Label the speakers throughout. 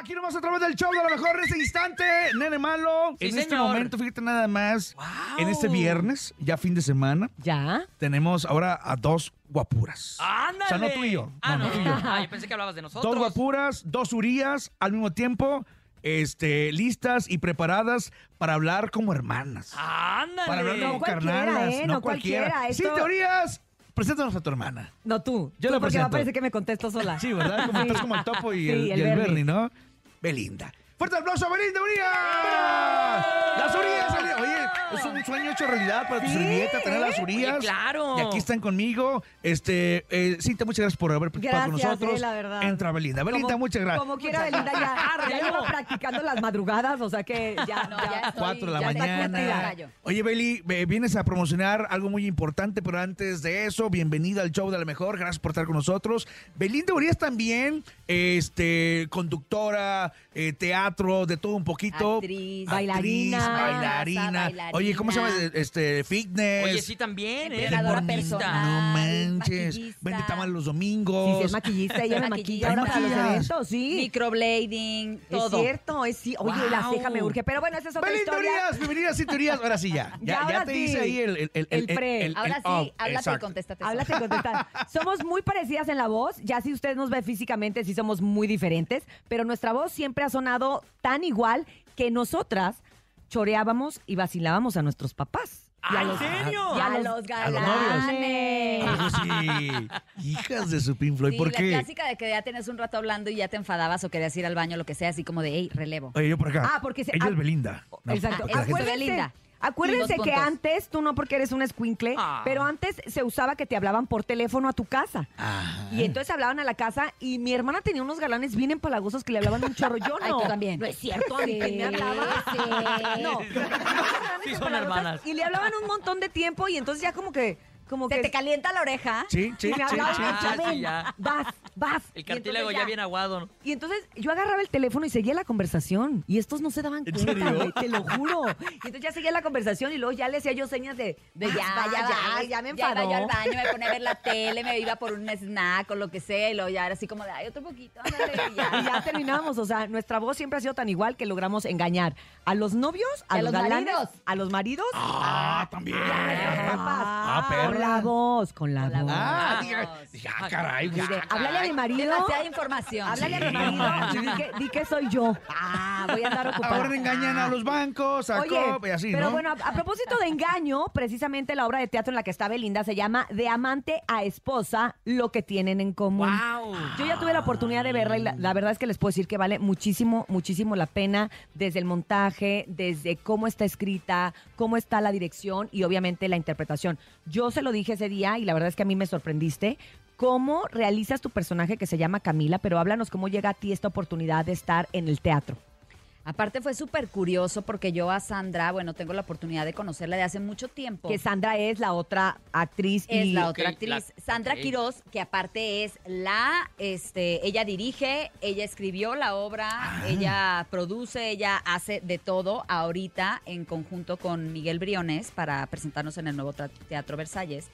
Speaker 1: Aquí nomás a través del show de lo mejor en ese instante, nene malo.
Speaker 2: Sí,
Speaker 1: en este
Speaker 2: señor.
Speaker 1: momento, fíjate nada más,
Speaker 2: Wow.
Speaker 1: en este viernes, ya fin de semana,
Speaker 3: ¿Ya?
Speaker 1: tenemos ahora a dos guapuras.
Speaker 2: ¡Ándale!
Speaker 1: O sea, no tú y yo.
Speaker 2: Ah,
Speaker 1: No,
Speaker 2: no,
Speaker 1: no, tú y yo.
Speaker 2: Ah, yo pensé que hablabas de nosotros.
Speaker 1: Dos guapuras, dos urías, al mismo tiempo, este, listas y preparadas para hablar como hermanas.
Speaker 2: ¡Ándale!
Speaker 1: para hablar como
Speaker 3: No cualquiera,
Speaker 1: carnalas,
Speaker 3: ¿eh?
Speaker 1: no
Speaker 3: No
Speaker 1: cualquiera.
Speaker 3: cualquiera,
Speaker 1: Sí,
Speaker 3: esto-
Speaker 1: teorías, preséntanos a tu hermana.
Speaker 3: No tú.
Speaker 1: Yo la
Speaker 3: Tú, porque va
Speaker 1: presento.
Speaker 3: a parecer que me contesto sola.
Speaker 1: Sí, ¿verdad? Como
Speaker 3: Sí.
Speaker 1: estás como el topo y
Speaker 3: Sí,
Speaker 1: el, y
Speaker 3: el
Speaker 1: el
Speaker 3: Bernie.
Speaker 1: Bernie, ¿no? Belinda. ¡Fuerte aplauso a Belinda Urias! ¡Las Urias! Urias! Oye, es un sueño hecho realidad para tu servilleta tener las Urias.
Speaker 2: Oye, claro.
Speaker 1: Y aquí están conmigo. Este, eh, Cinta, muchas gracias por haber participado
Speaker 3: Gracias,
Speaker 1: con nosotros.
Speaker 3: eh, la verdad.
Speaker 1: Entra Belinda. Belinda,
Speaker 3: Como-
Speaker 1: muchas gracias.
Speaker 3: Como quiera, Belinda, ya, Ah, ya llevo practicando las madrugadas, o sea que ya,
Speaker 4: No,
Speaker 3: ya.
Speaker 4: ya estoy-
Speaker 1: Cuatro de la
Speaker 4: ya estoy curtida.
Speaker 1: mañana.
Speaker 4: Gallo.
Speaker 1: Oye, Beli, eh, vienes a promocionar algo muy importante, pero antes de eso, bienvenida al show de la mejor. Gracias por estar con nosotros. Belinda Urias también, este, conductora, eh, teatro, de todo un poquito.
Speaker 4: Actriz,
Speaker 3: bailarina,
Speaker 1: bailarina.
Speaker 4: bailarina.
Speaker 1: Oye, ¿cómo se llama? Este, fitness.
Speaker 2: Oye, sí, también, ¿eh?
Speaker 1: Qué
Speaker 4: Entrenadora
Speaker 1: bonita.
Speaker 4: personal,
Speaker 1: No manches.
Speaker 4: maquillista.
Speaker 1: Vende tamales los
Speaker 3: Sí, sí,
Speaker 1: domingos.
Speaker 3: es maquillista, ella me maquilla
Speaker 4: Maquillista.
Speaker 3: ahora para los
Speaker 1: Maquillas.
Speaker 3: eventos, sí.
Speaker 4: Microblading,
Speaker 3: es
Speaker 4: todo.
Speaker 3: cierto, es sí. Oye, la ceja me urge, pero bueno, esa es otra
Speaker 1: Belinda
Speaker 3: historia.
Speaker 1: Urias, bienvenida a Cinturías. Ahora sí, ya.
Speaker 3: Ya,
Speaker 1: Ya, ya,
Speaker 3: ahora
Speaker 1: te
Speaker 3: sí.
Speaker 1: hice ahí el, el, el,
Speaker 3: El pre.
Speaker 4: Ahora
Speaker 1: up.
Speaker 4: sí, háblate y
Speaker 1: Exacto.
Speaker 4: contéstate. sola.
Speaker 3: Háblate y contestar. Somos muy parecidas en la voz, ya si usted nos ve físicamente, sí somos muy diferentes, pero nuestra voz siempre ha sonado tan igual que nosotras choreábamos y vacilábamos a nuestros papás. Y a
Speaker 2: Ah, ¿En
Speaker 3: los-
Speaker 2: serio?
Speaker 3: y
Speaker 4: Y a
Speaker 3: los-
Speaker 4: los
Speaker 1: a los novios.
Speaker 4: galanes.
Speaker 1: Eso sí. Hijas de su Pink Floyd.
Speaker 4: Sí,
Speaker 1: ¿Por
Speaker 4: la
Speaker 1: qué?
Speaker 4: clásica de que ya tenías un rato hablando y ya te enfadabas o querías ir al baño, lo que sea, así como de, hey, relevo.
Speaker 1: Oye, yo por acá.
Speaker 3: Ah, porque se-
Speaker 1: Ella
Speaker 3: ah,
Speaker 1: es Belinda. No,
Speaker 3: Exacto.
Speaker 1: porque la gente-
Speaker 4: Acuérdate-
Speaker 3: Acuérdense,
Speaker 4: Belinda. Dos
Speaker 3: acuérdense
Speaker 4: puntos.
Speaker 3: que antes, tú no porque eres un escuincle,
Speaker 2: Ah.
Speaker 3: pero antes se usaba que te hablaban por teléfono a tu casa.
Speaker 1: Ah.
Speaker 3: Y entonces hablaban a la casa y mi hermana tenía unos galanes bien empalagosos que le hablaban un chorro. Yo no.
Speaker 4: Ay, tú también.
Speaker 3: No es cierto, a mí
Speaker 4: Sí,
Speaker 3: que me hablaban.
Speaker 4: sí.
Speaker 3: No. Tenía
Speaker 2: Sí,
Speaker 3: unos galanes
Speaker 2: son
Speaker 3: empalagosas
Speaker 2: hermanas.
Speaker 3: Y le hablaban un montón de tiempo y entonces ya como que... Como
Speaker 4: Se
Speaker 3: que
Speaker 4: te calienta la oreja.
Speaker 1: Sí, sí,
Speaker 3: y
Speaker 1: sí,
Speaker 3: me hablaban,
Speaker 1: sí.
Speaker 2: Ah, sí,
Speaker 3: Chabel,
Speaker 2: ya.
Speaker 3: vas, vas.
Speaker 2: El
Speaker 3: Y entonces
Speaker 2: cartílago ya bien aguado, ¿no?
Speaker 3: y entonces yo agarraba el teléfono y seguía la conversación. Y estos no se daban
Speaker 1: ¿En
Speaker 3: cuenta,
Speaker 1: serio?
Speaker 3: güey, te lo juro. Y entonces ya seguía la conversación y luego ya le hacía yo señas de, de ya, ya, Ah, ya, ya me
Speaker 4: Ya
Speaker 3: enfadó.
Speaker 4: iba yo al baño, me ponía a ver la tele, me iba por un snack o lo que sea, y luego ya era así como de, ay, otro poquito, ándale, y ya.
Speaker 3: y ya terminamos, o sea, nuestra voz siempre ha sido tan igual que logramos engañar a los novios, a,
Speaker 4: Y a
Speaker 3: los,
Speaker 4: los
Speaker 3: galanes,
Speaker 4: maridos.
Speaker 3: a los maridos,
Speaker 1: Ah, también.
Speaker 3: a los papás.
Speaker 1: Ah,
Speaker 3: con
Speaker 1: perra.
Speaker 3: la voz, con la
Speaker 4: Con la
Speaker 3: voz.
Speaker 1: Ah,
Speaker 4: Ah,
Speaker 1: diga,
Speaker 4: Dios.
Speaker 1: ya, caray. pues,
Speaker 3: De, háblale a mi marido,
Speaker 4: Demasiada información.
Speaker 3: háblale
Speaker 1: Sí,
Speaker 3: a mi marido,
Speaker 1: manches.
Speaker 3: y di que, di que soy yo. Ah, voy a andar ocupada.
Speaker 1: Ahora engañan a los
Speaker 4: Ah.
Speaker 1: bancos, a
Speaker 3: Oye,
Speaker 1: Cop y así,
Speaker 3: pero
Speaker 1: ¿no?
Speaker 3: bueno, a, a propósito de engaño, precisamente la obra de teatro en la que está Belinda se llama De amante a esposa, lo que tienen en común.
Speaker 2: ¡Wow!
Speaker 3: Yo ya tuve la oportunidad de verla y la, la verdad es que les puedo decir que vale muchísimo, muchísimo la pena desde el montaje, desde cómo está escrita, cómo está la dirección y obviamente la interpretación. Yo se lo dije ese día y la verdad es que a mí me sorprendiste. ¿Cómo realizas tu personaje que se llama Camila? Pero háblanos cómo llega a ti esta oportunidad de estar en el teatro.
Speaker 4: Aparte fue súper curioso porque yo a Sandra, bueno, tengo la oportunidad de conocerla de hace mucho tiempo.
Speaker 3: Que Sandra es la otra actriz
Speaker 4: es
Speaker 3: y
Speaker 4: la
Speaker 2: Ok,
Speaker 4: otra actriz.
Speaker 2: la-
Speaker 4: Sandra
Speaker 2: ok.
Speaker 4: Quirós, que aparte es la, este, ella dirige, ella escribió la obra, ella produce, ella hace de todo ahorita en conjunto con Miguel Briones para presentarnos en el nuevo tra- Teatro Versalles.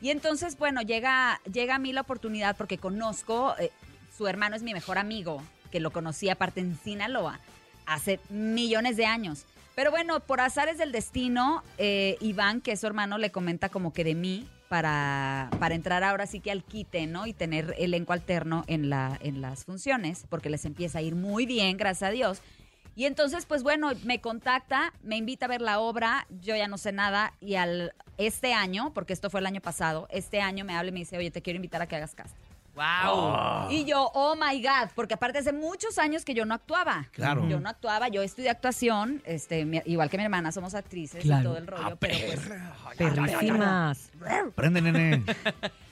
Speaker 4: Y entonces, bueno, llega, llega a mí la oportunidad porque conozco, eh, su hermano es mi mejor amigo, que lo conocí aparte en Sinaloa hace millones de años. Pero bueno, por azares del destino, eh, Iván, que es su hermano, le comenta como que de mí para, para entrar ahora sí que al quite, ¿no? Y tener elenco alterno en, la, en las funciones, porque les empieza a ir muy bien, gracias a Dios. Y entonces, pues bueno, me contacta, me invita a ver la obra, yo ya no sé nada, y al este año, porque esto fue el año pasado, este año me habla y me dice, oye, te quiero invitar a que hagas cast.
Speaker 2: ¡Wow!
Speaker 1: Ah.
Speaker 4: Y yo, oh my God, porque aparte hace muchos años que yo no actuaba.
Speaker 1: Claro.
Speaker 4: Yo no actuaba, yo estudié actuación, este, mi- igual que mi hermana, somos actrices
Speaker 3: Claro.
Speaker 4: y todo el rollo.
Speaker 1: Ah,
Speaker 4: pero pues-
Speaker 1: perra.
Speaker 3: perrísimas.
Speaker 1: Prende, nene.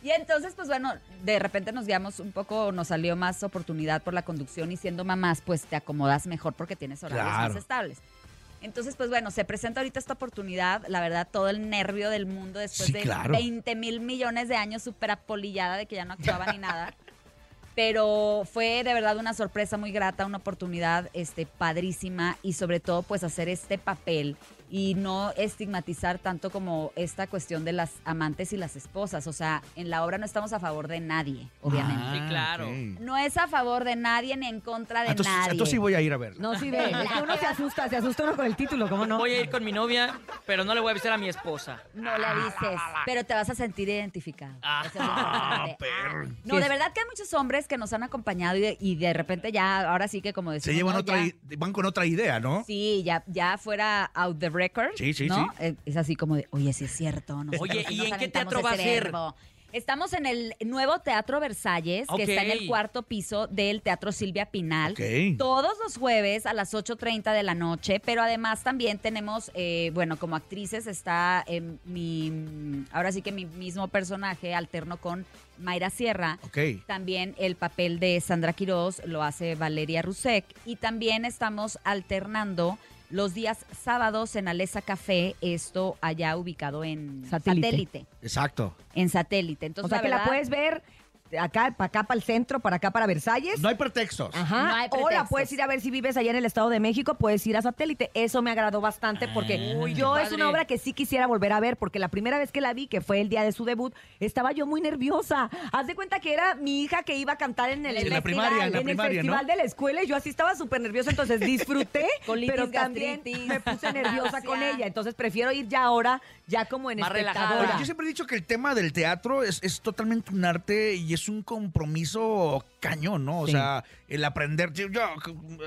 Speaker 4: y entonces, pues bueno, de repente nos guiamos un poco, nos salió más oportunidad por la conducción y siendo mamás, pues te acomodas mejor porque tienes horarios
Speaker 1: Claro.
Speaker 4: más estables. Entonces, pues bueno, se presenta ahorita esta oportunidad, la verdad, todo el nervio del mundo después
Speaker 1: Sí,
Speaker 4: de
Speaker 1: claro.
Speaker 4: 20 mil millones de años súper apolillada de que ya no actuaba ni nada. pero fue de verdad una sorpresa muy grata, una oportunidad este, padrísima y sobre todo pues hacer este papel y no estigmatizar tanto como esta cuestión de las amantes y las esposas. O sea, en la obra no estamos a favor de nadie,
Speaker 2: Sí,
Speaker 4: obviamente.
Speaker 2: claro.
Speaker 1: Ah, ok.
Speaker 4: No es a favor de nadie ni en contra de
Speaker 1: Entonces,
Speaker 4: nadie.
Speaker 1: entonces sí voy a ir a verla.
Speaker 3: No, sí, ve. es que uno se asusta, se asusta uno con el título, ¿cómo no?
Speaker 2: Voy a ir con mi novia, pero no le voy a avisar a mi esposa.
Speaker 1: Ah,
Speaker 4: No la dices, pero te vas a sentir identificado.
Speaker 2: Ah,
Speaker 4: Eso es lo importante.
Speaker 1: perro.
Speaker 4: No, de verdad que hay muchos hombres que nos han acompañado y de, y de repente ya, ahora sí que como decimos,
Speaker 1: Se llevan
Speaker 4: ¿no?
Speaker 1: otra,
Speaker 4: ya-
Speaker 1: i- van con otra idea, ¿no?
Speaker 4: Sí, ya, ya fuera out the record.
Speaker 1: Sí, sí,
Speaker 4: ¿no?
Speaker 1: sí.
Speaker 4: Eh, Es así como de, oye, sí es cierto. nosotros
Speaker 2: Oye,
Speaker 4: sí
Speaker 2: ¿y
Speaker 4: nos
Speaker 2: en qué
Speaker 4: aventamos
Speaker 2: teatro va a
Speaker 4: ese
Speaker 2: ser?
Speaker 4: verbo. Estamos en el nuevo Teatro Versalles, que está en el
Speaker 2: Ok.
Speaker 4: cuarto piso del Teatro Silvia Pinal.
Speaker 1: Ok.
Speaker 4: Todos los jueves a las 8.30 de la noche, pero además también tenemos, eh, bueno, como actrices está eh, mi, ahora sí que mi mismo personaje, alterno con Mayra Sierra.
Speaker 1: Ok.
Speaker 4: También el papel de Sandra Quiroz lo hace Valeria Rusek. Y también estamos alternando los días sábados en Alesa Café, esto allá ubicado en
Speaker 3: Satélite.
Speaker 4: satélite.
Speaker 1: Exacto.
Speaker 4: en satélite. Entonces,
Speaker 3: o sea,
Speaker 4: la
Speaker 3: que la
Speaker 4: verdad,
Speaker 3: puedes ver de acá, para acá, para el centro, para acá, para Versalles.
Speaker 1: No hay pretextos.
Speaker 3: Ajá.
Speaker 4: No hay
Speaker 3: o la
Speaker 4: pretextos.
Speaker 3: puedes ir a ver si vives allá en el Estado de México, puedes ir a satélite. Eso me agradó bastante porque
Speaker 2: Uy, qué
Speaker 3: yo es
Speaker 2: padre.
Speaker 3: una obra que sí quisiera volver a ver porque la primera vez que la vi, que fue el día de su debut, estaba yo muy nerviosa. Haz de cuenta que era mi hija que iba a cantar en el,
Speaker 1: En la
Speaker 3: festival,
Speaker 1: primaria, en la
Speaker 3: el
Speaker 1: primaria,
Speaker 3: festival
Speaker 1: ¿no?
Speaker 3: de la escuela y yo así estaba súper nerviosa, entonces disfruté,
Speaker 4: Colitis,
Speaker 3: pero también
Speaker 4: gastritis,
Speaker 3: me puse nerviosa
Speaker 4: náusea.
Speaker 3: con ella. Entonces prefiero ir ya ahora, ya como en
Speaker 2: Más relajada.
Speaker 1: Oye,
Speaker 3: espectadora.
Speaker 1: yo siempre he dicho que el tema del teatro es, es totalmente un arte y es un compromiso cañón, ¿no? O
Speaker 3: Sí.
Speaker 1: sea, el aprender. Yo, yo,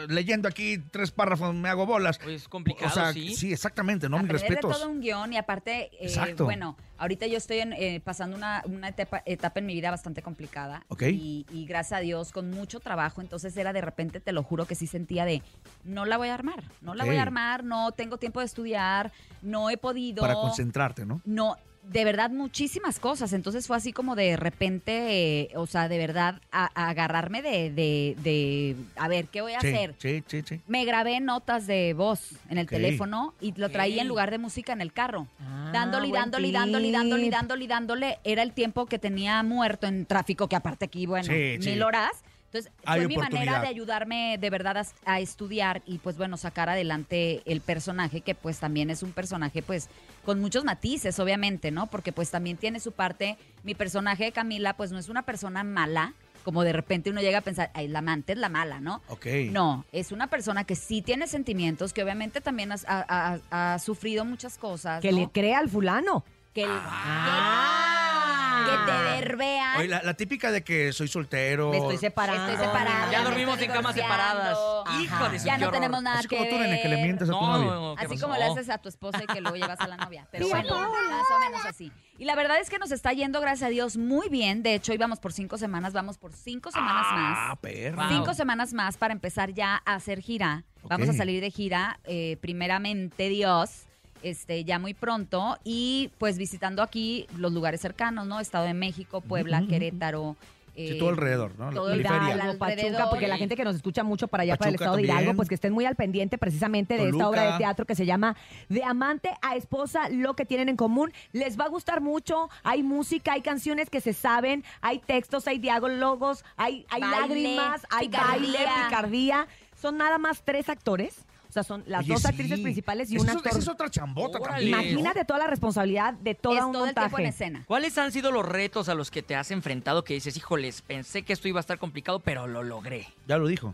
Speaker 1: leyendo aquí tres párrafos me hago bolas.
Speaker 2: Oye, es complicado,
Speaker 1: o sea,
Speaker 2: sí.
Speaker 1: exactamente, ¿no? Mis
Speaker 4: aprender de
Speaker 1: respetos.
Speaker 4: todo un guión y aparte, eh,
Speaker 1: Exacto.
Speaker 4: bueno, ahorita yo estoy en, eh, pasando una, una etapa, etapa en mi vida bastante complicada.
Speaker 1: Ok.
Speaker 4: Y, y gracias a Dios, con mucho trabajo, entonces era de repente, te lo juro que sí sentía de, no la voy a armar, no la
Speaker 1: Ok.
Speaker 4: voy a armar, no tengo tiempo de estudiar, no he podido.
Speaker 1: Para concentrarte, ¿no?
Speaker 4: No, de verdad muchísimas cosas. Entonces fue así como de repente, eh, o sea, de verdad a, a agarrarme de, de, de, a ver, ¿qué voy a
Speaker 1: Sí,
Speaker 4: hacer?
Speaker 1: sí, sí, sí.
Speaker 4: Me grabé notas de voz en el
Speaker 1: Ok.
Speaker 4: teléfono y lo traía en
Speaker 2: Ok.
Speaker 4: lugar de música en el carro.
Speaker 3: Ah,
Speaker 4: dándole, y
Speaker 3: buen
Speaker 4: dándole, y
Speaker 3: tip.
Speaker 4: dándole, y dándole, y dándole, y dándole. Era el tiempo que tenía muerto en tráfico, que aparte aquí, bueno,
Speaker 1: Sí,
Speaker 4: mil
Speaker 1: sí.
Speaker 4: horas. Entonces,
Speaker 1: Hay
Speaker 4: fue mi manera
Speaker 1: oportunidad.
Speaker 4: de ayudarme de verdad a, a estudiar y, pues, bueno, sacar adelante el personaje, que, pues, también es un personaje, pues, con muchos matices, obviamente, ¿no? Porque, pues, también tiene su parte. Mi personaje, Camila, pues, no es una persona mala, como de repente uno llega a pensar, ay, la amante es la mala, ¿no?
Speaker 1: Ok.
Speaker 4: No, es una persona que sí tiene sentimientos, que obviamente también has- ha, ha- ha sufrido muchas cosas.
Speaker 3: Que
Speaker 4: ¿no?
Speaker 3: le crea al fulano.
Speaker 4: que, el- que
Speaker 3: Ah.
Speaker 4: te verbean.
Speaker 1: Oye, la, la típica de que soy soltero.
Speaker 3: Me estoy separando.
Speaker 4: Estoy separada.
Speaker 2: Ya
Speaker 4: me
Speaker 2: dormimos
Speaker 4: estoy
Speaker 2: en camas
Speaker 4: divorciando,
Speaker 2: separadas. Híjole,
Speaker 4: ya
Speaker 2: qué
Speaker 4: no
Speaker 2: horror.
Speaker 4: tenemos nada
Speaker 1: Así como
Speaker 4: que
Speaker 1: tú,
Speaker 4: ver.
Speaker 1: nene, que le mientes a tu novio.
Speaker 2: ¿qué
Speaker 4: Así
Speaker 2: pasó?
Speaker 4: como le haces a tu esposa y que luego llevas a la novia. Pero
Speaker 3: Tía
Speaker 4: bueno,
Speaker 3: Paola.
Speaker 4: más o menos así. Y la verdad es que nos está yendo, gracias a Dios, muy bien. De hecho, íbamos por cinco semanas, vamos por cinco semanas más.
Speaker 1: Ah, perro.
Speaker 2: Wow.
Speaker 4: Cinco semanas más para empezar ya a hacer gira. Vamos a
Speaker 1: Ok.
Speaker 4: salir de gira, eh, primeramente Dios, este, ya muy pronto. Y pues visitando aquí los lugares cercanos, ¿no? Estado de México, Puebla,
Speaker 1: Ujú, ujú,
Speaker 4: Querétaro.
Speaker 1: Sí,
Speaker 4: eh,
Speaker 1: todo alrededor, ¿no? La
Speaker 4: todo
Speaker 1: periferia.
Speaker 4: Hidalgo,
Speaker 3: Hidalgo, Pachuca,
Speaker 4: alrededor.
Speaker 3: porque la gente que nos escucha mucho para allá, para el
Speaker 1: Pachuca
Speaker 3: estado de Hidalgo,
Speaker 1: también.
Speaker 3: pues que estén muy al pendiente precisamente de esta
Speaker 1: Toluca.
Speaker 3: obra de teatro que se llama De amante a esposa, lo que tienen en común. Les va a gustar mucho, hay música, hay canciones que se saben, hay textos, hay diálogos, hay, hay
Speaker 4: Baile,
Speaker 3: lágrimas, hay baile,
Speaker 4: picardía.
Speaker 3: picardía. Son nada más tres actores, o sea, son las
Speaker 1: Oye,
Speaker 3: dos
Speaker 1: sí.
Speaker 3: actrices principales y
Speaker 1: Esa
Speaker 3: un
Speaker 1: es-
Speaker 3: actor.
Speaker 1: Esa es otra chambota
Speaker 2: Órale.
Speaker 1: también. ¿no?
Speaker 3: Imagínate toda la responsabilidad de todo
Speaker 4: es
Speaker 3: un
Speaker 4: todo el tiempo en
Speaker 3: montaje.
Speaker 4: escena.
Speaker 2: ¿Cuáles han sido los retos a los que te has enfrentado que dices, híjoles, pensé que esto iba a estar complicado, pero lo logré?
Speaker 1: Ya lo dijo.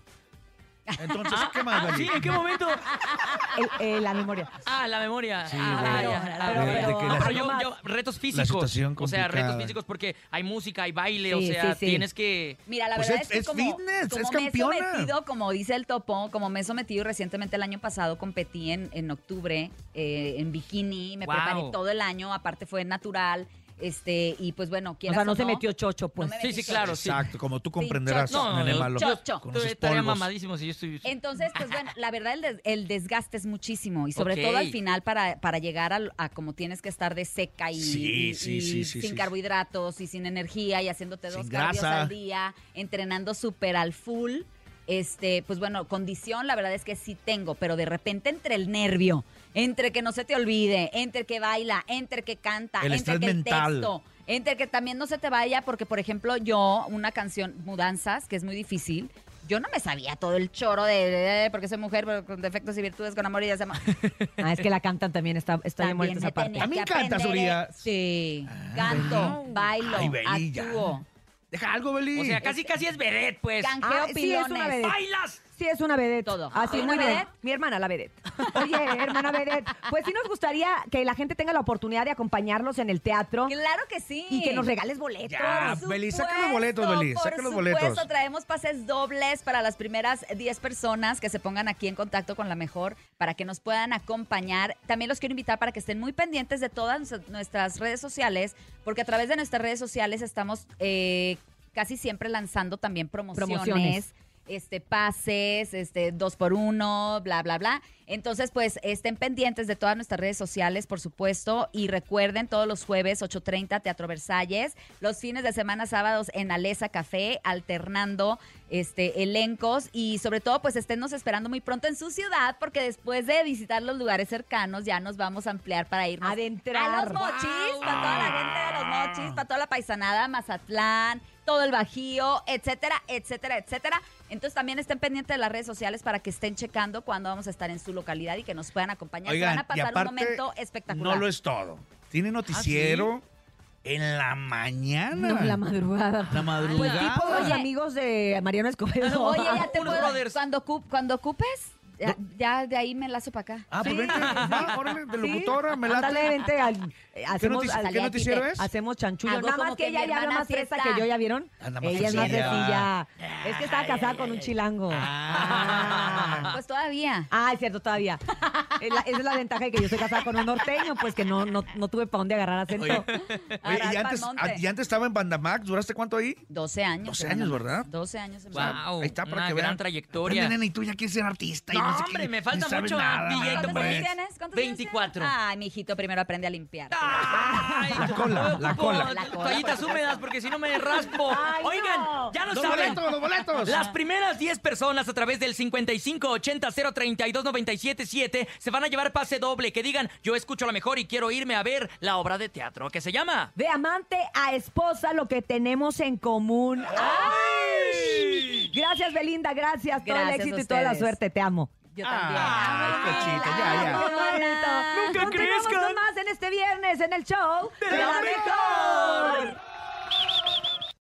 Speaker 1: Entonces, ¿qué más,
Speaker 2: Ah,
Speaker 1: Dani?
Speaker 2: sí, ¿en qué momento?
Speaker 3: Eh, eh, la memoria.
Speaker 2: Ah, la memoria.
Speaker 1: Sí,
Speaker 2: Ah,
Speaker 1: güey.
Speaker 2: ya, la
Speaker 3: Pero-
Speaker 2: memoria.
Speaker 3: pero-
Speaker 1: De que la-
Speaker 2: Pero yo-
Speaker 3: algo más.
Speaker 2: yo- retos físicos.
Speaker 1: situación
Speaker 2: o sea, retos
Speaker 1: complicada.
Speaker 2: físicos porque hay música, hay baile, o
Speaker 3: Sí,
Speaker 2: sea,
Speaker 3: sí, sí.
Speaker 2: tienes que...
Speaker 4: Mira, la
Speaker 1: Pues
Speaker 4: verdad
Speaker 1: es-
Speaker 4: es, que
Speaker 1: es
Speaker 4: como,
Speaker 1: fitness,
Speaker 4: como
Speaker 1: es
Speaker 4: me he
Speaker 1: campeona.
Speaker 4: sometido, como dice el topo, como me he sometido recientemente el año pasado, competí en, en octubre eh, en bikini, me
Speaker 2: Wow.
Speaker 4: preparé todo el año, aparte fue natural, este, y pues bueno,
Speaker 3: O
Speaker 4: quieras
Speaker 3: sea, no
Speaker 4: o
Speaker 3: se metió chocho, pues.
Speaker 4: me
Speaker 2: Sí, sí, claro, sí.
Speaker 1: Exacto, como tú comprenderás,
Speaker 2: No,
Speaker 1: nene
Speaker 2: yo-
Speaker 1: malo.
Speaker 4: chocho.
Speaker 1: Con
Speaker 2: Tú
Speaker 1: esos
Speaker 2: estaría
Speaker 1: polvos.
Speaker 2: mamadísimo si yo estoy...
Speaker 4: Entonces, pues bueno, la verdad el, des- el desgaste es muchísimo y sobre
Speaker 2: Ok.
Speaker 4: todo al final para, para llegar al- a, como tienes que estar de seca y,
Speaker 1: Sí,
Speaker 4: y-
Speaker 1: sí,
Speaker 4: y
Speaker 1: sí, sí,
Speaker 4: sin
Speaker 1: sí.
Speaker 4: carbohidratos y sin energía y haciéndote dos
Speaker 1: Sin
Speaker 4: cardios
Speaker 1: grasa.
Speaker 4: al día, entrenando súper al full. Este, pues bueno, condición la verdad es que sí tengo, pero de repente entre el nervio, entre que no se te olvide, entre que baila, entre que canta,
Speaker 1: El
Speaker 4: entre
Speaker 1: estrés
Speaker 4: que el
Speaker 1: mental.
Speaker 4: texto, Enter, que también no se te vaya, porque por ejemplo yo, una canción, Mudanzas, que es muy difícil, yo no me sabía todo el choro de, de- de- porque soy mujer, pero con defectos y virtudes, con amor y desamor.
Speaker 3: Ah, es que la cantan también, está, está bien
Speaker 4: También
Speaker 3: bonita
Speaker 4: me
Speaker 3: esa parte.
Speaker 4: tenía
Speaker 1: También
Speaker 4: que
Speaker 1: cantas,
Speaker 4: aprender,
Speaker 1: Uriah.
Speaker 4: eh, Sí,
Speaker 3: Ah.
Speaker 4: canto, bailo,
Speaker 1: Ay, Beli, ya.
Speaker 4: actúo,
Speaker 1: Deja algo, Beli.
Speaker 2: O sea, casi casi es vered, pues.
Speaker 4: canjeo
Speaker 3: Ah, sí, es una
Speaker 4: pilones.
Speaker 3: vedette.
Speaker 2: ¡Bailas!
Speaker 3: Sí, es una vedette.
Speaker 4: Todo.
Speaker 3: Ah, sí,
Speaker 4: ¿Una
Speaker 3: muy bien.
Speaker 4: vedette?
Speaker 3: Mi hermana, la vedette. Oye, hermana vedette, pues sí nos gustaría que la gente tenga la oportunidad de acompañarnos en el teatro
Speaker 4: Claro que sí.
Speaker 3: y que nos regales boletos.
Speaker 1: Ya,
Speaker 4: Por
Speaker 1: Beli, saca
Speaker 4: supuesto,
Speaker 1: los boletos, Beli,
Speaker 4: por
Speaker 1: saca los
Speaker 4: supuesto,
Speaker 1: boletos.
Speaker 4: traemos pases dobles para las primeras 10 personas que se pongan aquí en contacto con la mejor para que nos puedan acompañar. También los quiero invitar para que estén muy pendientes de todas nuestra- nuestras redes sociales, porque a través de nuestras redes sociales estamos eh, casi siempre lanzando también promociones.
Speaker 3: Promociones.
Speaker 4: Este, pases, este, dos por uno, bla, bla, bla. Entonces, pues, estén pendientes de todas nuestras redes sociales, por supuesto, y recuerden todos los jueves 8.30 Teatro Versalles, los fines de semana sábados en Alesa Café, alternando este, elencos y sobre todo, pues, esténnos esperando muy pronto en su ciudad, porque después de visitar los lugares cercanos, ya nos vamos a ampliar para irnos
Speaker 3: Adentrar.
Speaker 4: a los mochis, para toda la gente de los mochis, para toda la paisanada, Mazatlán, todo el Bajío, etcétera, etcétera, etcétera. Entonces también estén pendientes de las redes sociales para que estén checando cuándo vamos a estar en su localidad y que nos puedan acompañar. Se
Speaker 1: Oigan,
Speaker 4: van a
Speaker 1: y
Speaker 4: pasar
Speaker 1: aparte,
Speaker 4: un momento espectacular.
Speaker 1: No lo es todo. Tiene
Speaker 2: Ah,
Speaker 1: noticiero en la mañana.
Speaker 3: No, la madrugada.
Speaker 1: La
Speaker 3: Pues
Speaker 1: madrugada.
Speaker 3: tipo los
Speaker 4: Oye.
Speaker 3: amigos de Mariano Escobedo.
Speaker 4: Oye, ya te
Speaker 2: Unos
Speaker 4: puedo-
Speaker 2: brothers.
Speaker 4: cuando, ocu- cuando ocupes, ya, ya de ahí me lazo para acá.
Speaker 1: Ah, pues vente, va, órale, de
Speaker 3: Sí,
Speaker 1: ¿Ah, locutora, me late.
Speaker 3: ándale, vente al- eh, hacemos,
Speaker 1: notici-
Speaker 3: al-
Speaker 1: qué noticiero es?
Speaker 3: Hacemos chanchullo.
Speaker 4: Hago
Speaker 3: Nada
Speaker 4: como
Speaker 3: más que
Speaker 4: que
Speaker 3: ella
Speaker 4: mi
Speaker 3: ya habla
Speaker 4: hermana
Speaker 3: más fresa
Speaker 4: fiesta.
Speaker 3: que yo, ¿ya vieron?
Speaker 1: Anda Ah, más
Speaker 3: Ella es más
Speaker 1: fresilla.
Speaker 3: fresilla. Es que estaba casada con un chilango.
Speaker 1: Ah.
Speaker 4: Pues todavía.
Speaker 3: Ah, es cierto, todavía. Es la- esa es la ventaja de que yo estoy casada con un norteño, pues que no, no, no tuve para dónde agarrar acento.
Speaker 1: Oye,
Speaker 4: Arras
Speaker 1: y,
Speaker 4: pa'l
Speaker 1: antes,
Speaker 4: monte.
Speaker 1: y antes estaba en Bandamax, ¿duraste cuánto ahí?
Speaker 4: 12 años.
Speaker 1: 12
Speaker 4: hermano.
Speaker 1: años, ¿verdad?
Speaker 4: 12 años.
Speaker 2: Wow,
Speaker 4: hermano.
Speaker 1: Ahí está para
Speaker 2: una
Speaker 1: que
Speaker 2: gran
Speaker 1: vean.
Speaker 2: trayectoria.
Speaker 1: Aprende, nene, y tú ya quieres ser artista. y
Speaker 2: No,
Speaker 1: sé
Speaker 2: hombre,
Speaker 1: qué,
Speaker 2: me
Speaker 1: ni
Speaker 2: falta
Speaker 1: sabes
Speaker 2: mucho,
Speaker 1: nada.
Speaker 2: ah, DJ,
Speaker 4: ¿Cuántos
Speaker 2: pues.
Speaker 4: años tienes? ¿Cuántos años tienes?
Speaker 2: 24.
Speaker 4: Ay, mijito, primero aprende a limpiar.
Speaker 1: Ah.
Speaker 2: Ay,
Speaker 1: La cola, la
Speaker 2: ocupo
Speaker 1: cola.
Speaker 4: La cola,
Speaker 2: Toallitas
Speaker 4: por supuesto.
Speaker 2: húmedas porque si no me raspo.
Speaker 3: Ay,
Speaker 2: Oigan,
Speaker 3: no.
Speaker 2: ya lo
Speaker 1: ¡Los
Speaker 2: saben.
Speaker 1: boletos, los boletos!
Speaker 2: Las primeras 10 personas a través del 5580-032-977 se van a llevar pase doble. Que digan, yo escucho la mejor y quiero irme a ver la obra de teatro que se llama.
Speaker 3: De amante a esposa, lo que tenemos en común. ¡Ay! Gracias, Belinda, gracias. Todo el
Speaker 4: Gracias a
Speaker 3: éxito y toda la
Speaker 4: ustedes.
Speaker 3: suerte. Te amo.
Speaker 4: Yo también.
Speaker 1: Ay,
Speaker 4: Ay,
Speaker 1: cochita,
Speaker 4: la
Speaker 1: ya, ya.
Speaker 4: amo, mana.
Speaker 3: Nunca Continuamos con más en este viernes en el show
Speaker 1: ¡De la mejor!